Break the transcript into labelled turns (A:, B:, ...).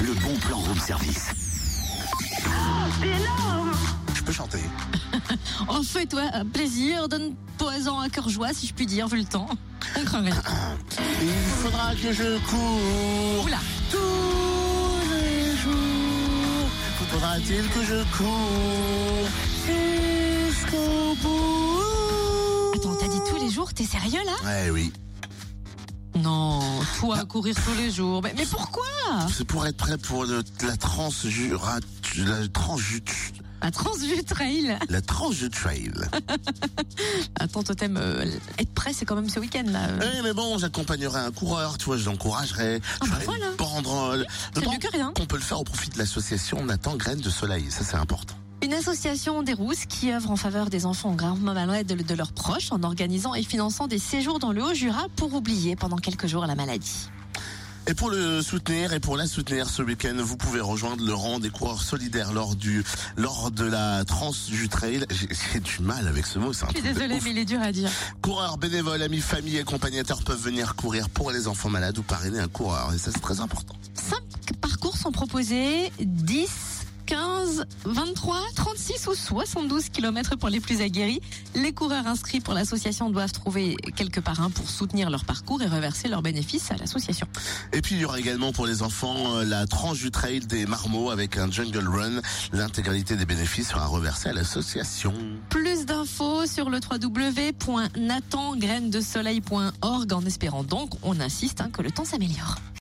A: le bon plan room service.
B: C'est énorme
A: Je peux chanter
C: En fait, toi, un plaisir, donne poison à cœur joie, si je puis dire, vu le temps. On creverait.
A: Il faudra que je cours
C: Oula
A: tous les jours. Faudra-t-il que je cours jusqu'au bout
C: Attends, t'as dit tous les jours, t'es sérieux là
A: Ouais, oui.
C: Non, toi, courir tous les jours. Mais, mais pourquoi
A: C'est pour être prêt pour le- la transjura... La trans...
C: Un trans du trail
A: La tranche trail.
C: Attends, toi, t'aimes euh, être prêt, c'est quand même ce week-end là.
A: Eh mais bon, j'accompagnerai un coureur, tu vois, je l'encouragerai.
C: Ah,
A: je
C: bah
A: ferai
C: voilà.
A: une banderole.
C: C'est
A: Le
C: mieux que rien.
A: qu'on peut le faire au profit de l'association Nathan Graines de Soleil, ça c'est important.
C: Une association des Rousses qui œuvre en faveur des enfants en grave malade de, de leurs proches en organisant et finançant des séjours dans le Haut-Jura pour oublier pendant quelques jours la maladie.
A: Et pour le soutenir et pour la soutenir ce week-end, vous pouvez rejoindre le rang des coureurs solidaires lors du lors de la trans du trail. J'ai j'ai du mal avec ce mot, c'est un
C: Je suis
A: truc de
C: désolée,
A: ouf.
C: mais il est dur à dire.
A: Coureurs, bénévoles, amis, familles, accompagnateurs peuvent venir courir pour les enfants malades ou parrainer un coureur. Et ça c'est très important.
C: Cinq parcours sont proposés 10, 15, 23, 36 ou 72 km pour les plus aguerris. Les coureurs inscrits pour l'association doivent trouver quelques parrains pour soutenir leur parcours et reverser leurs bénéfices à l'association.
A: Et puis il y aura également pour les enfants euh, la tranche du trail des marmots avec un jungle run. L'intégralité des bénéfices sera reversée à l'association.
C: Plus d'infos sur le www.nathangrainedesoleil.org en espérant donc, on insiste, hein, que le temps s'améliore.